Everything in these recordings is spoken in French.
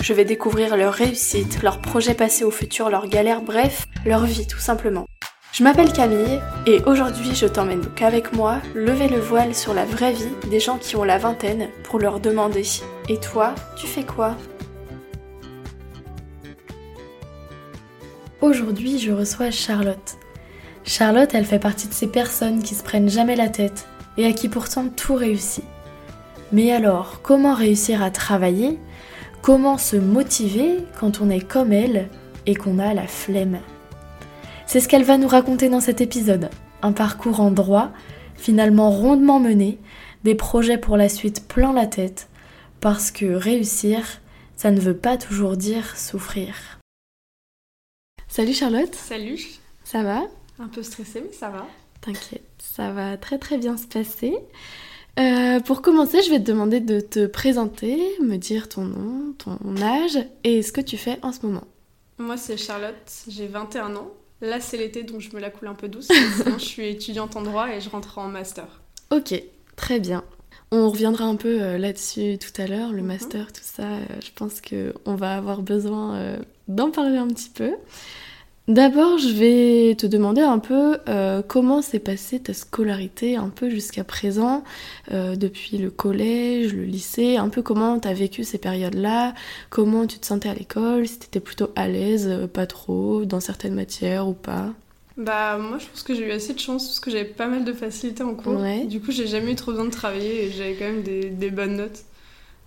Je vais découvrir leurs réussites, leurs projets passés au futur, leurs galères, bref, leur vie tout simplement. Je m'appelle Camille et aujourd'hui je t'emmène donc avec moi lever le voile sur la vraie vie des gens qui ont la vingtaine pour leur demander Et toi, tu fais quoi Aujourd'hui, je reçois Charlotte. Charlotte, elle fait partie de ces personnes qui se prennent jamais la tête et à qui pourtant tout réussit. Mais alors, comment réussir à travailler Comment se motiver quand on est comme elle et qu'on a la flemme C'est ce qu'elle va nous raconter dans cet épisode. Un parcours en droit, finalement rondement mené, des projets pour la suite plein la tête, parce que réussir, ça ne veut pas toujours dire souffrir. Salut Charlotte, Salut, ça va un peu stressée mais ça va. T'inquiète, ça va très très bien se passer. Euh, pour commencer, je vais te demander de te présenter, me dire ton nom, ton âge et ce que tu fais en ce moment. Moi c'est Charlotte, j'ai 21 ans. Là c'est l'été donc je me la coule un peu douce. sinon, je suis étudiante en droit et je rentre en master. Ok, très bien. On reviendra un peu euh, là-dessus tout à l'heure, le Mhm. master, tout ça. euh, je pense que on va avoir besoin euh, d'en parler un petit peu. D'abord, je vais te demander un peu euh, comment s'est passée ta scolarité un peu jusqu'à présent, euh, depuis le collège, le lycée, un peu comment tu as vécu ces périodes-là, comment tu te sentais à l'école, si tu étais plutôt à l'aise, euh, pas trop, dans certaines matières ou pas. Bah moi je pense que j'ai eu assez de chance parce que j'avais pas mal de facilité en cours. Ouais. Du coup j'ai jamais eu trop besoin de travailler et j'avais quand même des, des bonnes notes.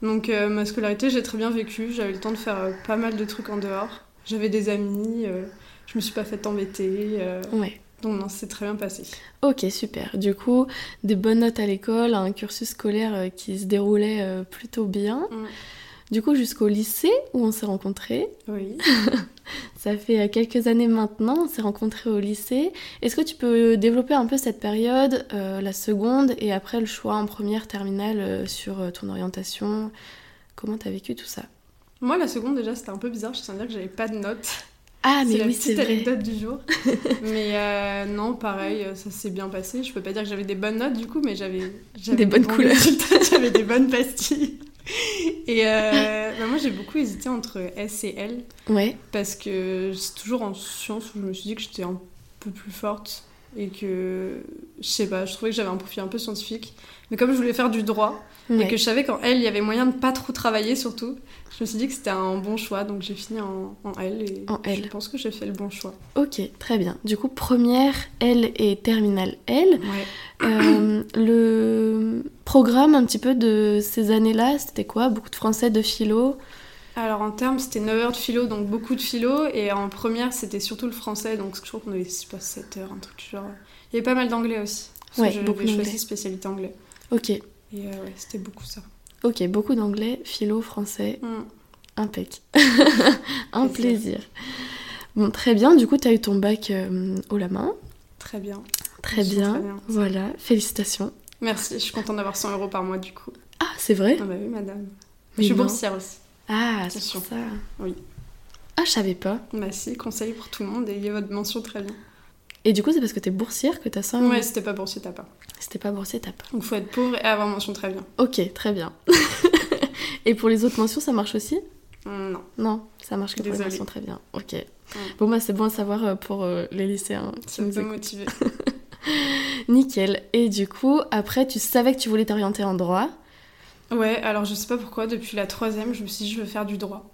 Donc euh, ma scolarité j'ai très bien vécu, j'avais le temps de faire euh, pas mal de trucs en dehors. J'avais des amis, euh, je me suis pas fait embêter. euh, Ouais. donc non c'est très bien passé. Ok, super. Du coup, des bonnes notes à l'école, un cursus scolaire euh, qui se déroulait euh, plutôt bien. Mm. Du coup, jusqu'au lycée où on s'est rencontrés, Oui. ça fait euh, quelques années maintenant, on s'est rencontrés au lycée. Est-ce que tu peux euh, développer un peu cette période, euh, la seconde, et après le choix en première terminale euh, sur euh, ton orientation Comment t'as vécu tout ça Moi la seconde déjà c'était un peu bizarre, je tiens à dire que j'avais pas de notes. Ah, c'est mais la oui, c'est petite vrai. anecdote du jour. mais euh, non, pareil, euh, ça s'est bien passé. Je peux pas dire que j'avais des bonnes notes du coup, mais j'avais j'avais Des bonnes bons couleurs. résultats, j'avais des bonnes pastilles. Et euh, bah, moi, j'ai beaucoup hésité entre S et L Ouais, parce que c'est toujours en sciences où je me suis dit que j'étais un peu plus forte et que je sais pas, je trouvais que j'avais un profil un peu scientifique. Mais comme je voulais faire du droit et ouais. que je savais qu'en L il y avait moyen de pas trop travailler surtout, je me suis dit que c'était un bon choix donc j'ai fini en, en L et En L. je pense que j'ai fait le bon choix. Ok, très bien. Du coup, première L et terminale L. Ouais. Euh, le programme un petit peu de ces années-là, c'était quoi Beaucoup de français, de philo Alors en termes, c'était 9 heures de philo, donc beaucoup de philo. Et en première, c'était surtout le français, donc je crois qu'on avait, je sais pas, 7 heures, un truc du genre. Il y avait pas mal d'anglais aussi. parce que Ouais, je- beaucoup J'avais d'anglais. choisi spécialité anglais. Ok, Et euh, ouais, c'était beaucoup ça. ok, beaucoup d'anglais, philo, français, Mm. impec. Un Plaisir. plaisir. Bon, très bien, du coup, t'as eu ton bac euh, haut la main. Très bien. Très Ils sont bien. très bien. Voilà, félicitations. Merci, je suis contente d'avoir 100 euros par mois du coup. Ah, c'est vrai Ah bah oui, madame. Mais je suis non. boursière aussi. Ah, c'est pour ça. Oui. Ah, je savais pas. Bah si, conseil pour tout le monde, ayez votre mention très bien. Et du coup, c'est parce que t'es boursière que t'as ça Ouais, c'était pas boursier, t'as pas. Si t'es pas boursier, t'as pas. Donc faut être pauvre et avoir mention très bien. Ok, très bien. Et pour les autres mentions, ça marche aussi Mm, Non, Non, ça marche que pour les Désolée. mentions, très bien. Ok. Bon, bah, c'est bon à savoir euh, pour euh, les lycéens. qui ça nous me écoutent. motiver. Nickel. Et du coup, après, tu savais que tu voulais t'orienter en droit. Ouais, alors je sais pas pourquoi, depuis la troisième, je me suis dit je veux faire du droit.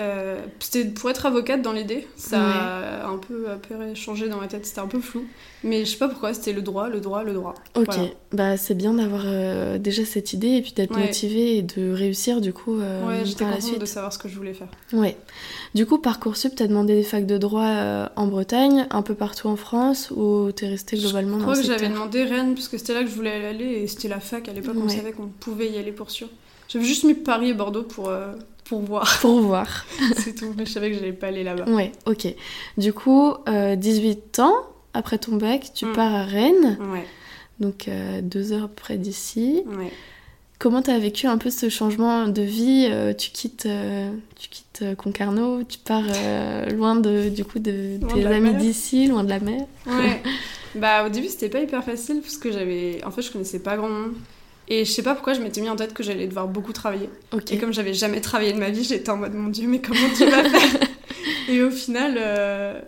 Euh, c'était pour être avocate dans l'idée, ça a un peu, un peu changé dans ma tête, c'était un peu flou. Mais je sais pas pourquoi, c'était le droit, le droit, le droit. Ok. Voilà. Bah, c'est bien d'avoir euh, déjà cette idée et puis d'être Ouais. motivée et de réussir, du coup, euh, ouais, j'étais par la contente suite. de savoir ce que je voulais faire. Ouais. Du coup, Parcoursup, t'as demandé des facs de droit euh, en Bretagne, un peu partout en France, ou t'es restée globalement Je dans crois le que j'avais secteur demandé Rennes, parce que c'était là que je voulais aller, et c'était la fac à l'époque, on Ouais. savait qu'on pouvait y aller pour sûr. J'avais juste mis Paris et Bordeaux pour, euh, Pour voir. Pour voir. C'est tout. Mais je savais que j'allais pas aller là-bas. Ouais, ok. Du coup, euh, 18 ans, après ton bac, tu Mm. pars à Rennes, Ouais, donc euh, deux heures près d'ici. ouais. Comment t'as vécu un peu ce changement de vie euh, Tu quittes, euh, tu quittes euh, Concarneau, tu pars euh, loin de, du coup, de Loin de tes la amis mer. d'ici, loin de la mer. Ouais. bah au début c'était pas hyper facile parce que j'avais, en fait je connaissais pas grand monde et je sais pas pourquoi je m'étais mis en tête que j'allais devoir beaucoup travailler. Ok. Et comme j'avais jamais travaillé de ma vie, j'étais en mode mon dieu mais comment tu vas faire Et au final, euh,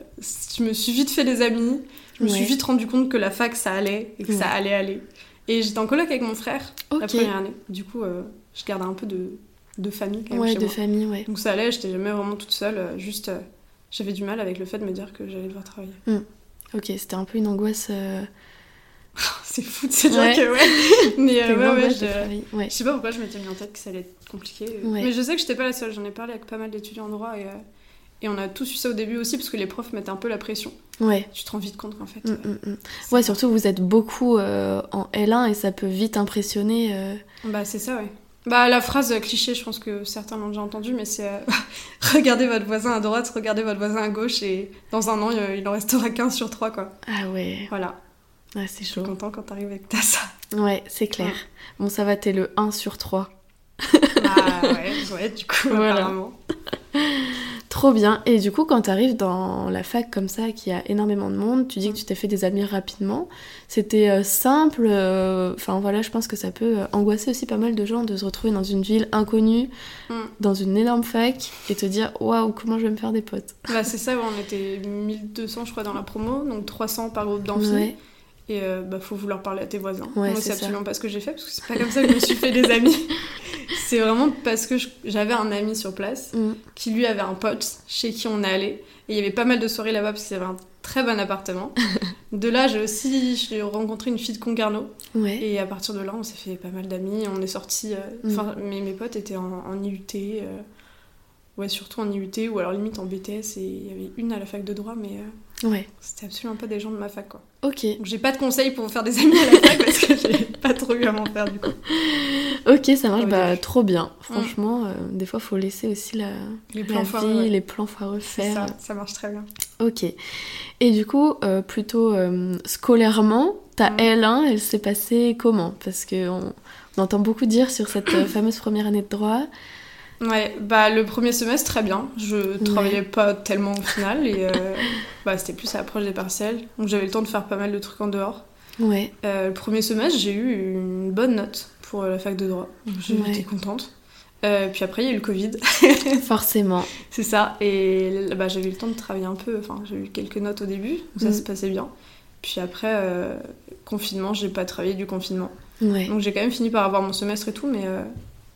je me suis vite fait des amis. Je me suis Ouais. vite rendu compte que la fac ça allait et que ça Ouais. allait aller. Et j'étais en coloc avec mon frère la Ok. première année. Du coup, euh, je gardais un peu de, de famille quand même Ouais, chez de moi. famille, ouais. Donc ça allait, j'étais jamais vraiment toute seule. euh, juste, euh, j'avais du mal avec le fait de me dire que j'allais devoir travailler. Ok, c'était un peu une angoisse. euh, C'est fou de se dire Ouais. que ouais. Mais c'était euh, une ouais, ouais, angoisse de je... travailler. Ouais. je sais pas pourquoi je m'étais mis en tête que ça allait être compliqué. Ouais. Mais je sais que j'étais pas la seule. J'en ai parlé avec pas mal d'étudiants en droit et, euh, et on a tous eu ça au début aussi parce que les profs mettent un peu la pression. Ouais. Tu te rends vite compte qu'en fait. Mm, euh, mm, mm. c'est- Ouais, surtout vous êtes beaucoup euh, en L1 et ça peut vite impressionner. euh, Bah c'est ça, ouais. Bah la phrase euh, cliché, je pense que certains l'ont déjà entendue, mais c'est euh, regardez votre voisin à droite, regardez votre voisin à gauche et dans un an il il en restera 15 sur 3 quoi. Ah ouais, Voilà. ah, c'est Je suis chaud. content quand t'arrives et que t'as ça. Ouais, c'est clair. Ouais. Bon, ça va, t'es le 1 sur 3. Ah, Bah ouais, ouais, du coup Voilà. apparemment. Trop bien. Et du coup, quand t'arrives dans la fac comme ça, qui a énormément de monde, tu dis que tu t'es fait des amis rapidement. C'était euh, simple. euh, Enfin voilà, je pense que ça peut euh, angoisser aussi pas mal de gens de se retrouver dans une ville inconnue, Mm. dans une énorme fac, et te dire waouh, comment je vais me faire des potes. Bah c'est ça, ouais, on était 1200 je crois dans la promo, donc 300 par groupe d'amphi. Ouais. Et euh, bah faut vouloir parler à tes voisins. Ouais, Moi c'est c'est ça. absolument pas ce que j'ai fait parce que c'est pas comme ça que je me suis fait des amis. C'est vraiment parce que je- j'avais un ami sur place Mm. qui lui avait un pote chez qui on est allé. Et il y avait pas mal de soirées là-bas parce qu'il y avait un très bon appartement. de là, j'ai aussi j'ai rencontré une fille de Concarneau. Ouais. Et à partir de là, on s'est fait pas mal d'amis. On est sortis. euh, Mm. Enfin, mes, mes potes étaient en, en IUT. euh, ouais, surtout en IUT ou alors limite en BTS. Et il y avait une à la fac de droit, mais euh, Ouais. c'était absolument pas des gens de ma fac quoi. Ok. Donc j'ai pas de conseils pour vous faire des amis à la fac parce que j'ai pas trop eu à m'en faire du coup. Ok, ça marche. Au Bah, début. trop bien. Franchement, euh, des fois, faut laisser aussi la, la Les Mm. plans vie, foireux. ouais. les plans foireux C'est faire. ça, ça marche très bien. Ok. Et du coup, euh, plutôt euh, scolairement, ta Mhm. L1, elle s'est passée comment Parce que on, on entend beaucoup dire sur cette euh, fameuse première année de droit. Ouais, bah le premier semestre très bien. Je travaillais pas tellement au final et euh, bah c'était plus à l'approche des partiels. Donc j'avais le temps de faire pas mal de trucs en dehors. Ouais. Euh, le premier semestre, j'ai eu une bonne note pour euh, la fac de droit. Donc, J'étais Ouais. contente. Euh, puis après, il y a eu le Covid, Forcément. c'est ça. Et là, bah, j'avais eu le temps de travailler un peu. Enfin, j'ai eu quelques notes au début, donc ça Mm. se passait bien. Puis après, euh, confinement, j'ai pas travaillé du confinement. Ouais. Donc j'ai quand même fini par avoir mon semestre et tout, mais euh,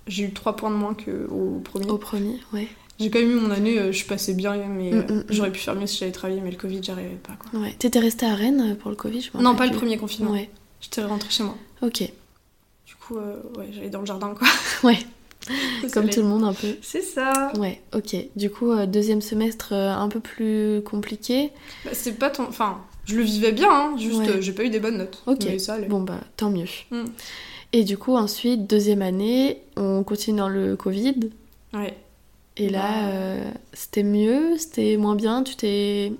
j'ai eu 3 points de moins qu'au premier. Au premier, ouais. J'ai quand même eu mon année, euh, je passais bien, mais Oh. Mm, euh, mm, mm. j'aurais pu faire mieux si j'avais travaillé, mais le Covid, j'arrivais pas. Quoi. ouais. T'étais restée à Rennes euh, pour le Covid, je m'en Non, pas rappelle le premier confinement. Ouais. J'étais rentrée chez moi. Ok. Du coup, euh, ouais, j'allais dans le jardin, quoi. Ouais. Au Comme soleil. tout le monde, un peu. C'est ça. Ouais, ok. Du coup, euh, deuxième semestre euh, un peu plus compliqué. Bah, c'est pas ton. Enfin, je le vivais bien, hein, juste Ouais. euh, j'ai pas eu des bonnes notes. Ok. Mais ça allait. Bon, bah, tant mieux. Mm. Et du coup, ensuite, deuxième année, on continue dans le Covid. Ouais. Et là, Bah. euh, c'était mieux, c'était moins bien, tu t'es...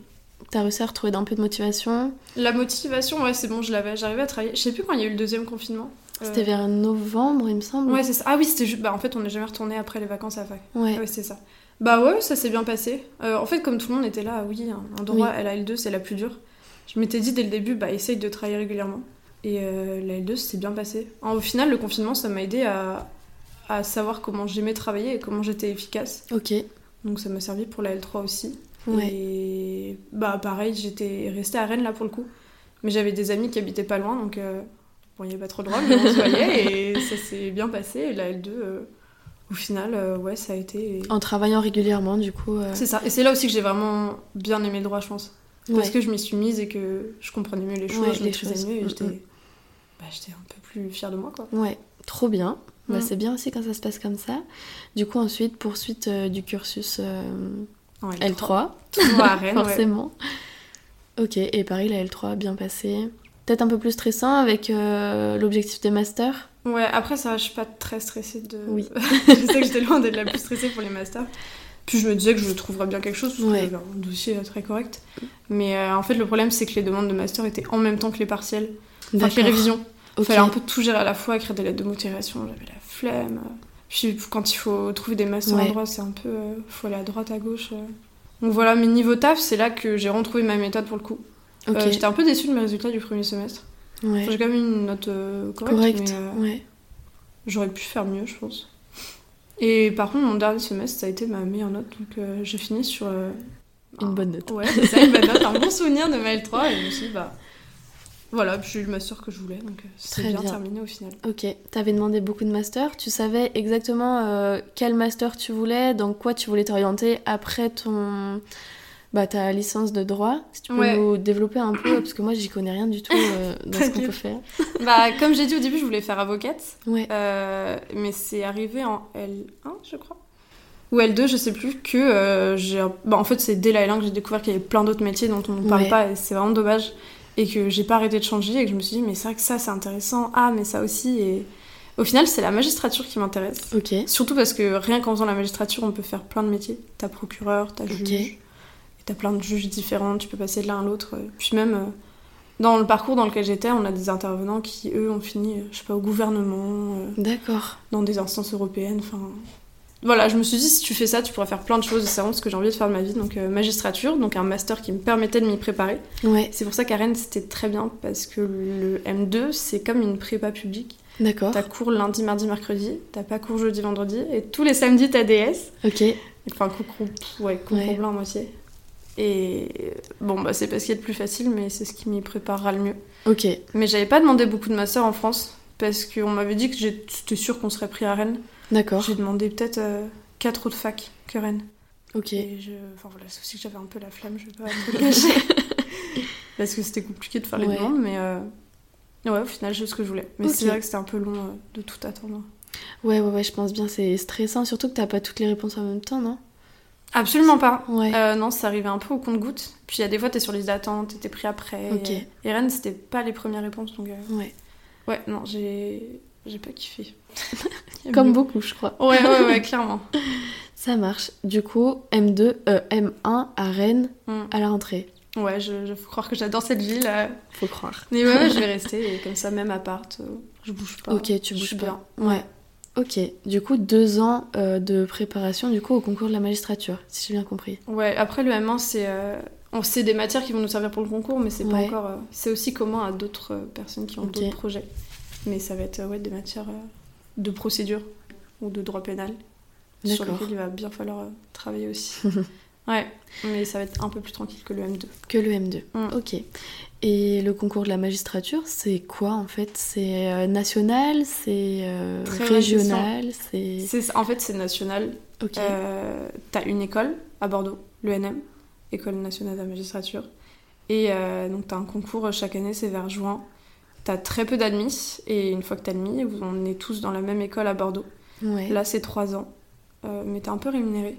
T'as réussi à retrouver un peu de motivation. La motivation, ouais, c'est bon, je l'avais, j'arrivais à travailler. Je sais plus quand il y a eu le deuxième confinement. Euh, C'était vers novembre, il me semble. Ouais, c'est ça. Ah oui, c'était juste. Bah, en fait, on n'est jamais retourné après les vacances à la fac. Ouais. Ah ouais, c'est ça. Bah ouais, ça s'est bien passé. Euh, en fait, comme tout le monde était là, oui, un droit, la L2, c'est la plus dure. Je m'étais dit dès le début, bah essaye de travailler régulièrement. Et euh, la L2, c'est bien passé. En- au final, le confinement, ça m'a aidé à, à savoir comment j'aimais travailler et comment j'étais efficace. Ok. Donc ça m'a servi pour la L3 aussi. Ouais. Et bah pareil, j'étais restée à Rennes là pour le coup. Mais j'avais des amis qui habitaient pas loin, donc euh, bon, il n'y avait pas trop de droit, mais on se voyait et ça s'est bien passé. Et la L2, euh, au final, euh, ouais, ça a été. En travaillant régulièrement, du coup. euh, C'est ça. Et c'est là aussi que j'ai vraiment bien aimé le droit, je pense. Parce ouais. que je m'y suis mise et que je comprenais mieux les choses, Ouais, je les maîtrisais choses. mieux et Mm, j'étais mm. bah, j'étais un peu plus fière de moi, quoi. Ouais, trop bien. Bah, Mm. c'est bien aussi quand ça se passe comme ça. Du coup, ensuite, poursuite euh, du cursus euh, En L3, Toujours à Rennes, ouais. forcément. Ok, et pareil, la L3, bien passé. Peut-être un peu plus stressant avec euh, l'objectif des masters Ouais, après ça, je suis pas très stressée de. Oui. je sais que j'étais loin d'être la plus stressée pour les masters. Puis je me disais que je trouverais bien quelque chose, parce que Ouais. j'avais un dossier euh, très correct. Mais euh, en fait, le problème, c'est que les demandes de master étaient en même temps que les partiels, enfin que les révisions. Ok. fallait un peu tout gérer à la fois, écrire des lettres de motivation, j'avais la flemme. Puis quand il faut trouver des masters Ouais. en droit, c'est un peu. euh, faut aller à droite, à gauche. euh. Donc voilà, mais niveau taf, c'est là que j'ai retrouvé ma méthode pour le coup. Ok. Euh, J'étais un peu déçue de mes résultats du premier semestre. Ouais. Enfin, J'ai quand même eu une note euh, correcte. Correct. mais, euh, Ouais. J'aurais pu faire mieux, je pense. Et par contre, mon dernier semestre, ça a été ma meilleure note. Donc, euh, j'ai fini sur. euh, Une un- bonne note. Ouais, c'est ça, une bonne note, un bon souvenir de ma L3. Et je me suis dit, bah. Voilà, puis j'ai eu le master que je voulais. Donc, euh, c'est Très bien, bien. terminé au final. Ok, t'avais demandé beaucoup de masters. Tu savais exactement euh, quel master tu voulais, dans quoi tu voulais t'orienter après ton bah, ta licence de droit. Si tu peux Ouais. nous développer un peu, parce que moi j'y connais rien du tout euh, dans Pas ce qu'on du peut tout. faire. bah, comme j'ai dit au début, je voulais faire avocate. Ouais. Euh, mais c'est arrivé en L1, je crois. Ou L2, je sais plus, que euh, j'ai. un- Bah, en fait, c'est dès la L1 que j'ai découvert qu'il y avait plein d'autres métiers dont on ne parle Ouais. pas et c'est vraiment dommage. Et que j'ai pas arrêté de changer et que je me suis dit, mais c'est vrai que ça, c'est intéressant. Ah, mais ça aussi. Et au final, c'est la magistrature qui m'intéresse. Ok, Surtout parce que rien qu'en faisant la magistrature, on peut faire plein de métiers. T'as procureur, t'as juge. Ok. Et T'as plein de juges différents, tu peux passer de l'un à l'autre. Puis même, euh, dans le parcours dans lequel j'étais, on a des intervenants qui, eux, ont fini, euh, je sais pas, au gouvernement, euh, d'accord. dans des instances européennes. Enfin, voilà, je me suis dit, si tu fais ça, tu pourras faire plein de choses. et C'est vraiment ce que j'ai envie de faire de ma vie. Donc, euh, magistrature, donc un master qui me permettait de m'y préparer. Ouais, C'est pour ça qu'à Rennes, c'était très bien, parce que le M2, c'est comme une prépa publique. d'accord. T'as cours lundi, mardi, mercredi, t'as pas cours jeudi, vendredi, et tous les samedis, t'as DS. Ok, Enfin, cours cours- ouais, cours Ouais. blanc à moitié. Et euh, bon, bah, c'est pas ce qu'il y a de plus facile, mais c'est ce qui m'y préparera le mieux. ok, Mais j'avais pas demandé beaucoup de masters en France, parce qu'on m'avait dit que j'ai- j'étais sûre qu'on serait pris à Rennes. d'accord. J'ai demandé peut-être 4 autres facs que Rennes. Ok, Et je... Enfin voilà, c'est aussi que j'avais un peu la flamme, je vais pas me le cacher. Parce que c'était compliqué de faire les Ouais. demandes, mais euh, ouais, au final, j'ai ce que je voulais. Mais c'est Ok. vrai que c'était un peu long euh, de tout attendre. ouais, ouais, ouais, je pense bien, c'est stressant, surtout que t'as pas toutes les réponses en même temps, non Absolument pas. Ouais, Euh, non, ça arrivait un peu au compte-goutte. Puis il y a des fois, t'es sur liste d'attente, t'es pris après. Ok. Et, et Rennes, c'était pas les premières réponses, donc euh, ouais. ouais, non, j'ai j'ai pas kiffé. Il y a Comme mieux. beaucoup, je crois. Ouais, ouais, ouais, clairement. Ça marche. Du coup, M2, euh, M1 à Rennes Mm. à la rentrée. Ouais, je, je faut croire que j'adore cette ville. euh. Faut croire. Mais ouais, ouais, je vais rester et comme ça, même à part, euh, je bouge pas. Ok, tu Je bouges suis pas. bien. Ouais. Ok. Du coup, deux ans euh, de préparation du coup au concours de la magistrature, si j'ai bien compris. Ouais, après le M1, c'est euh, on sait des matières qui vont nous servir pour le concours, mais c'est pas Ouais. encore. euh, c'est aussi commun à d'autres euh, personnes qui ont Ok. d'autres projets. Mais ça va être euh, ouais, des matières euh, de procédure ou de droit pénal sur D'accord. lesquelles il va bien falloir euh, travailler aussi. ouais, mais ça va être un peu plus tranquille que le M2. Que le M2. Mm. Ok. Et le concours de la magistrature, c'est quoi en fait C'est euh, national, c'est euh, Très bonne régional, c'est. C'est en fait c'est national. Ok. Euh, T'as une école à Bordeaux, l'ENM, École nationale de la magistrature. Et euh, donc t'as un concours chaque année, c'est vers juin. T'as très peu d'admis, et une fois que t'es admis, vous- on est tous dans la même école à Bordeaux. Ouais. Là, c'est 3 ans, euh, mais t'es un peu rémunéré.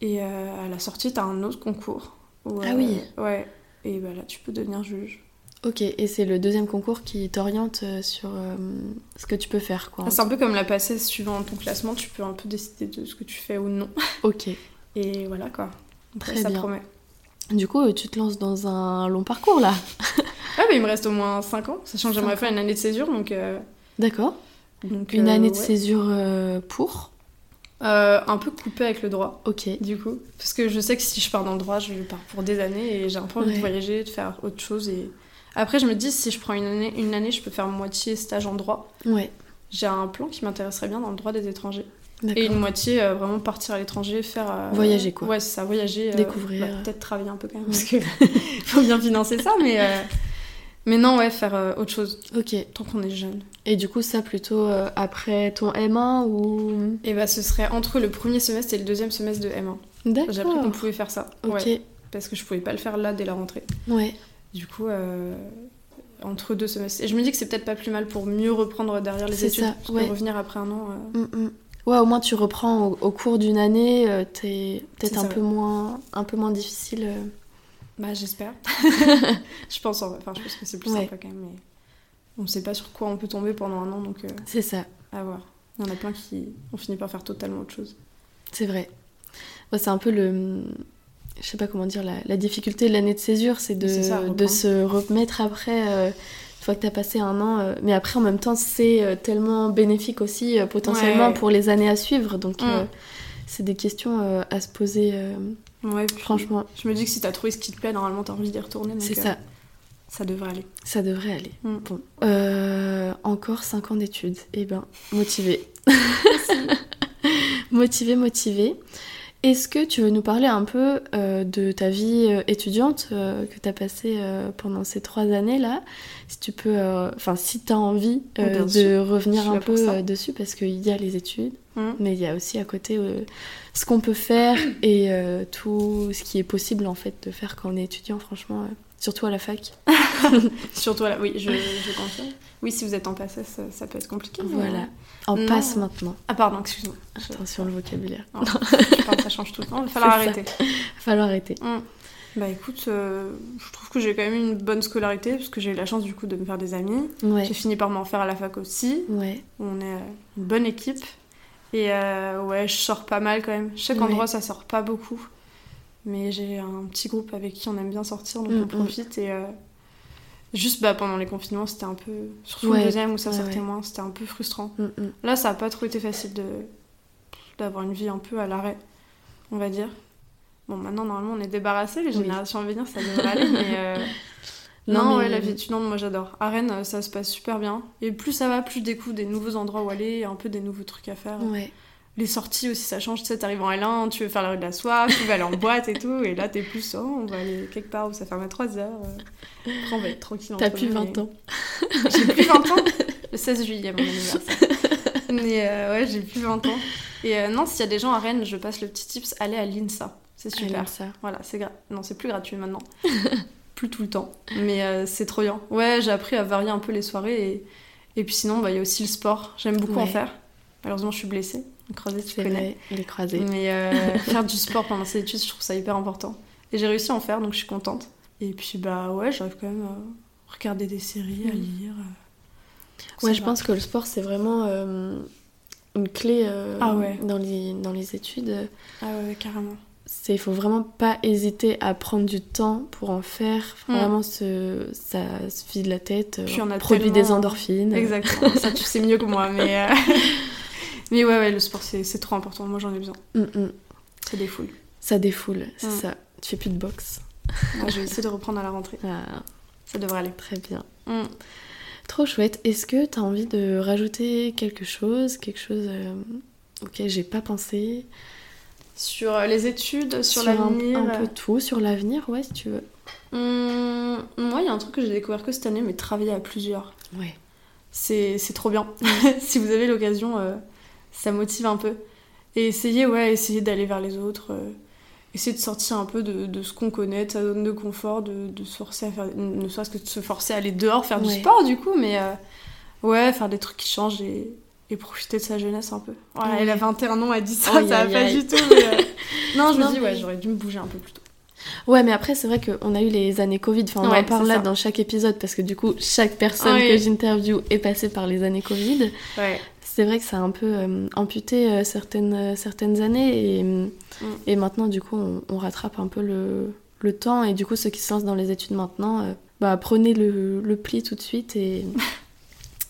Et euh, à la sortie, t'as un autre concours. où, Ah oui. Ouais, et bah là, tu peux devenir juge. Ok. Et c'est le deuxième concours qui t'oriente euh, sur euh, ce que tu peux faire, quoi. Ah, C'est un peu comme la passesse, suivant ton classement, tu peux un peu décider de ce que tu fais ou non. Ok. Et voilà quoi. Après, Très ça bien. promet. Du coup, euh, tu te lances dans un long parcours là. Ouais, Ah, mais il me reste au moins 5 ans, sachant que j'aimerais Cinq faire une année de césure, donc. euh, D'accord. donc, Une euh, année de ouais. césure euh, pour. Euh, un peu coupé avec le droit, Ok. du coup. Parce que je sais que si je pars dans le droit, je pars pour des années et j'ai un peu envie Ouais. de voyager, de faire autre chose. Et après, je me dis, si je prends une année, une année je peux faire moitié stage en droit. Ouais. J'ai un plan qui m'intéresserait bien dans le droit des étrangers. Et D'accord. une moitié, euh, vraiment partir à l'étranger, faire. euh, Voyager, quoi. Ouais, c'est ça, voyager. euh, Découvrir. bah, Peut-être travailler un peu quand même, parce que faut bien financer ça, mais. euh, Mais non, ouais, faire euh, autre chose, Ok. tant qu'on est jeune. Et du coup, ça plutôt euh, après ton M1 ou. Et bah, ce serait entre le premier semestre et le deuxième semestre de M1. J'ai appris qu'on D'accord. pouvait faire ça. Ok. Ouais, parce que je pouvais pas le faire là dès la rentrée. Ouais. Du coup, euh, entre deux semestres. Et je me dis que c'est peut-être pas plus mal pour mieux reprendre derrière les C'est études. ça, parce ouais. que revenir après un an. euh, Mm, mm. Ouais, au moins tu reprends au, au cours d'une année, euh, t'es peut-être C'est un ça. peu moins, un peu moins difficile. euh. Bah, j'espère. je pense en vrai. Enfin, je pense que c'est plus Ouais. sympa quand même. Mais... on sait pas sur quoi on peut tomber pendant un an, donc euh, C'est ça, à voir. Il y en a plein qui ont fini par faire totalement autre chose. c'est vrai. Moi, c'est un peu le. Je sais pas comment dire, la, la difficulté de l'année de césure, c'est de, C'est ça, de reprendre. se remettre après, euh, une fois que t'as passé un an. euh, mais après, en même temps, c'est euh, tellement bénéfique aussi, euh, potentiellement, Ouais. pour les années à suivre. Donc, Mm. euh, c'est des questions euh, à se poser, euh, Ouais, puis franchement. Je me dis que si t'as trouvé ce qui te plaît, normalement t'as envie d'y retourner. donc, C'est euh, ça, Ça devrait aller. ça devrait aller. Mm. Bon. Euh, encore 5 ans d'études. Eh ben, motivé. motivé, motivé. Est-ce que tu veux nous parler un peu euh, de ta vie euh, étudiante euh, que tu as passée euh, pendant ces trois années-là Si tu peux, euh, enfin, si tu as envie euh, Bien de sûr. Je revenir suis un là pour peu ça. euh, dessus, parce qu'il y a les études, Mm. mais il y a aussi à côté euh, ce qu'on peut faire et euh, tout ce qui est possible en fait de faire quand on est étudiant, franchement, euh, surtout à la fac. Surtout là, oui, je, je confirme. Oui, si vous êtes en passé, ça, ça peut être compliqué. mais- Voilà. On Non. passe maintenant. Ah, pardon, excuse-moi. Je- Attention le vocabulaire. Non, je parle, ça change tout le temps, il va falloir C'est ça. arrêter. Falloir arrêter. Bah écoute, euh, je trouve que j'ai quand même eu une bonne scolarité, parce que j'ai eu la chance du coup de me faire des amis. Ouais. J'ai fini par m'en faire à la fac aussi. Ouais. On est euh, une bonne équipe. Et euh, ouais, je sors pas mal quand même. Chaque Ouais. endroit, ça sort pas beaucoup. Mais j'ai un petit groupe avec qui on aime bien sortir, donc Mm, on mm. profite. Et euh, juste bah, pendant les confinements, c'était un peu. Surtout Ouais, le deuxième où ça ouais, sortait ouais. moins, c'était un peu frustrant. Mm, mm. Là, ça a pas trop été facile de d'avoir une vie un peu à l'arrêt, on va dire. Bon, maintenant, normalement, on est débarrassé. Les Oui. générations à venir, ça devrait aller. Mais euh, Non, non, mais- ouais, la vie étudiante, moi, j'adore. À Rennes, euh, ça se passe super bien. Et plus ça va, plus je découvre des nouveaux endroits où aller, un peu des nouveaux trucs à faire. Ouais. Les sorties aussi, ça change. Tu sais, t'arrives en L1, tu veux faire la rue de la soif, tu vas aller en boîte et tout. Et là, t'es plus, oh, on va aller quelque part où ça ferme à 3 heures. euh. Après, on va être tranquille. T'as entre plus nous, mais- 20 ans. j'ai plus 20 ans. Le 16 juillet, mon anniversaire. Mais euh, ouais, j'ai plus 20 ans. Et euh, non, s'il y a des gens à Rennes, je passe le petit tips, allez à l'INSA. C'est super. J'aime ça. Voilà, c'est gra- Non, c'est plus gratuit maintenant. plus tout le temps. Mais euh, c'est trop bien. Ouais, j'ai appris à varier un peu les soirées. Et, et puis sinon, bah, il y a aussi le sport. J'aime beaucoup en Ouais. faire. Malheureusement, je suis blessée. Le Croisé, tu C'est connais. vrai. Les croisés. Mais euh, faire du sport pendant ces études, je trouve ça hyper important. Et j'ai réussi à en faire, donc je suis contente. Et puis, bah ouais, j'arrive quand même à regarder des séries, à Mm. lire. euh, Ouais, ça je va. pense que le sport, c'est vraiment euh, une clé euh, Ah ouais. dans, les, dans les études. Ah ouais, carrément. C'est- Il faut vraiment pas hésiter à prendre du temps pour en faire. Mm. Vraiment, se- ça se vide la tête. euh, Puis on a produit des tellement- endorphines. Exactement, ça tu sais mieux que moi, mais. euh, mais ouais, ouais, le sport c'est c'est trop important, moi j'en ai besoin. Mm, mm. C'est des foules. Ça défoule, c'est Mm. ça. Tu fais plus de boxe. Moi, je vais essayer de reprendre à la rentrée, Ah, ça devrait aller. très bien. Mm. Trop chouette. Est-ce que tu as envie de rajouter quelque chose, quelque chose euh, auquel j'ai pas pensé Sur euh, les études, sur, un, l'avenir. un peu tout, sur l'avenir, ouais, si tu veux. euh, hum, Moi, il y a un truc que j'ai découvert que cette année, mais travailler à plusieurs. Ouais. c'est c'est trop bien. si vous avez l'occasion, euh, ça motive un peu. Et essayez, ouais, essayez d'aller vers les autres. euh, essayez de sortir un peu de, de ce qu'on connaît, de sa zone de confort, de, de se forcer à faire, ne serait-ce que de se forcer à aller dehors faire Ouais. du sport du coup, mais euh, ouais, faire des trucs qui changent et, et profiter de sa jeunesse un peu. Voilà, Ouais. elle a 21 ans, elle dit ça, Aïe, ça va aïe, pas aïe. du tout. mais, euh, Non, je Non, me dis, ouais, mais- j'aurais dû me bouger un peu plus tôt. Ouais, mais après, c'est vrai qu'on a eu les années Covid. Enfin, on Ouais, en parle c'est là ça. Ah dans chaque épisode parce que du coup, chaque personne Ouais. que j'interview est passée par les années Covid. Ouais, C'est vrai que ça a un peu euh, amputé euh, certaines, euh, certaines années et, euh, Mm. et maintenant, du coup, on, on rattrape un peu le, le temps. Et du coup, ceux qui se lancent dans les études maintenant, euh, bah, prenez le, le pli tout de suite et,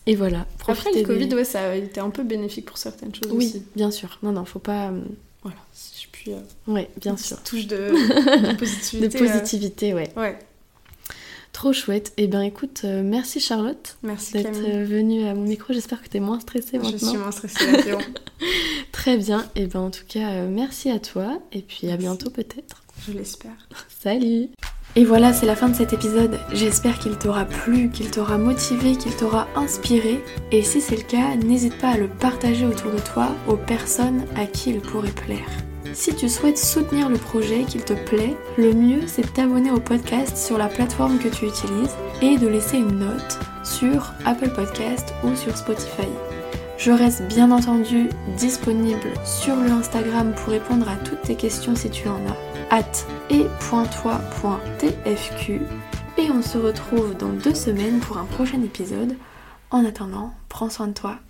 et voilà. après Profitez le des- Covid, ouais, ça a été un peu bénéfique pour certaines choses Oui, aussi. bien sûr. Non, non, faut pas. euh, Voilà, si je puis. euh, Ouais, bien Une sûr. petite touche de, de De positivité. euh. positivité, ouais. Ouais, Trop chouette. Eh bien, écoute, euh, merci Charlotte merci d'être Camille. euh, venue à mon micro. J'espère que t'es moins stressée Je maintenant. suis moins stressée, là, c'est bon. Très bien. Eh bien, en tout cas, euh, merci à toi. Et puis, à Merci. bientôt peut-être. Je l'espère. Salut Et voilà, c'est la fin de cet épisode. J'espère qu'il t'aura plu, qu'il t'aura motivé, qu'il t'aura inspiré. Et si c'est le cas, n'hésite pas à le partager autour de toi aux personnes à qui il pourrait plaire. Si tu souhaites soutenir le projet, qu'il te plaît, le mieux c'est de t'abonner au podcast sur la plateforme que tu utilises et de laisser une note sur Apple Podcast ou sur Spotify. Je reste bien entendu disponible sur le Instagram pour répondre à toutes tes questions si tu en as at et.toi.tfq et on se retrouve dans deux semaines pour un prochain épisode En attendant, prends soin de toi